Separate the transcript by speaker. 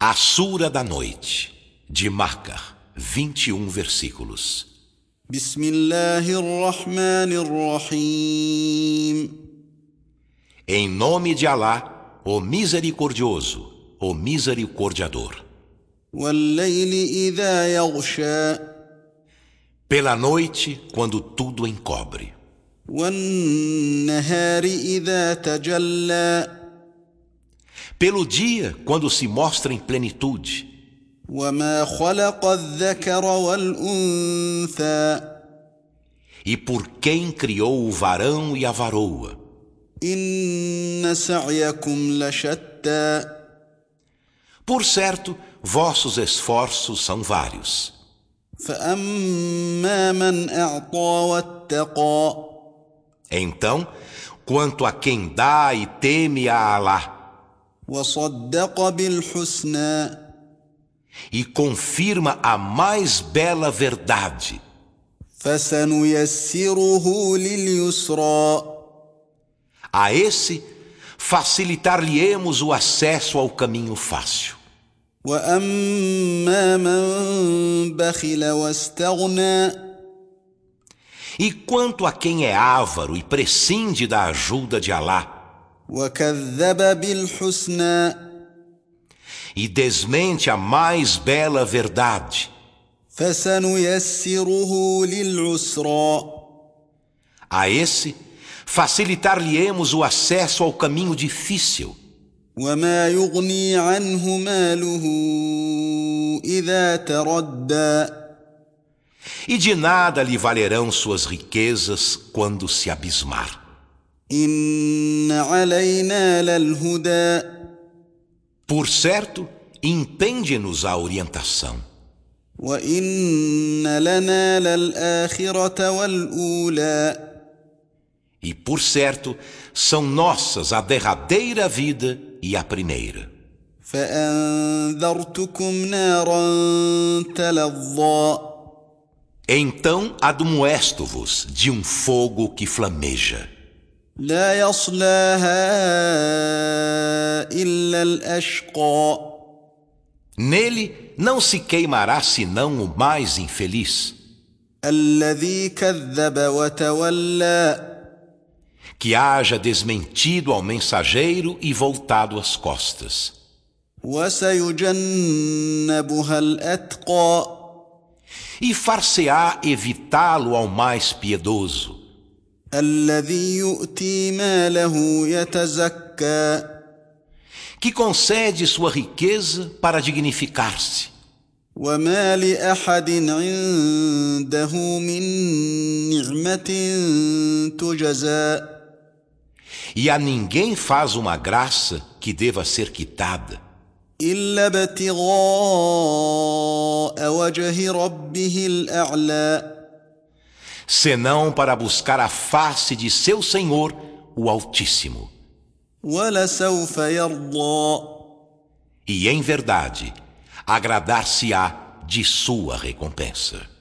Speaker 1: A Sura da Noite, de Marcar, 21 versículos.
Speaker 2: بسم الله الرحمن الرحيم
Speaker 1: Em nome de Alá, o Misericordioso, o Misericordiador.
Speaker 2: والليل إذا يغشى
Speaker 1: Pela noite, quando tudo encobre.
Speaker 2: والنهار إذا تجلى
Speaker 1: Pelo dia, quando se mostra em plenitude.
Speaker 2: وما خلق الذكر والأنثى
Speaker 1: E por quem criou o varão e a varoa.
Speaker 2: إن سعيكم لشتى
Speaker 1: Por certo, vossos esforços são vários.
Speaker 2: فأما من أعطى واتقى
Speaker 1: Então, quanto a quem dá e teme a Alá,
Speaker 2: وصدق بالحسنى
Speaker 1: e confirma a mais bela verdade,
Speaker 2: فسنيسره لليسرى
Speaker 1: a esse facilitar-lhe-emos o acesso ao caminho fácil.
Speaker 2: واما من بخل واستغنى
Speaker 1: E quanto a quem é ávaro e prescinde da ajuda de Alá,
Speaker 2: وكذب بالحسنى
Speaker 1: e desmente a mais bela verdade,
Speaker 2: فسنيسره للعسرى
Speaker 1: a esse facilitar-lhe-emos o acesso ao caminho difícil.
Speaker 2: وما يغني عنه ماله اذا تردى
Speaker 1: E de nada lhe valerão suas riquezas quando se abismar.
Speaker 2: ان علينا للهدى
Speaker 1: Por certo, impende-nos a orientação.
Speaker 2: وان لنا للاخره والاولى
Speaker 1: E por certo, são nossas a derradeira vida e a primeira.
Speaker 2: فأنذرتكم نارا تلظى
Speaker 1: Então admoesto-vos de um fogo que flameja,
Speaker 2: لا يصلاها إلا الأشقى
Speaker 1: Nele não se queimará senão o mais infeliz,
Speaker 2: الذي كذب وتولى
Speaker 1: que haja desmentido ao mensageiro e voltado as costas.
Speaker 2: وسيجنبها الأتقى
Speaker 1: E far-se-á evitá-lo ao mais piedoso.
Speaker 2: الذي يؤتي ماله يتزكى
Speaker 1: que concede sua riqueza para dignificar-se,
Speaker 2: وما لأحد عنده من نعمة تجزى
Speaker 1: e a ninguém faz uma graça que deva ser quitada,
Speaker 2: إلا ابتغاء وجه ربه الأعلى
Speaker 1: senão para buscar a face de seu Senhor, o Altíssimo.
Speaker 2: ولسوف يرضى
Speaker 1: E em verdade, agradar-se-á de sua recompensa.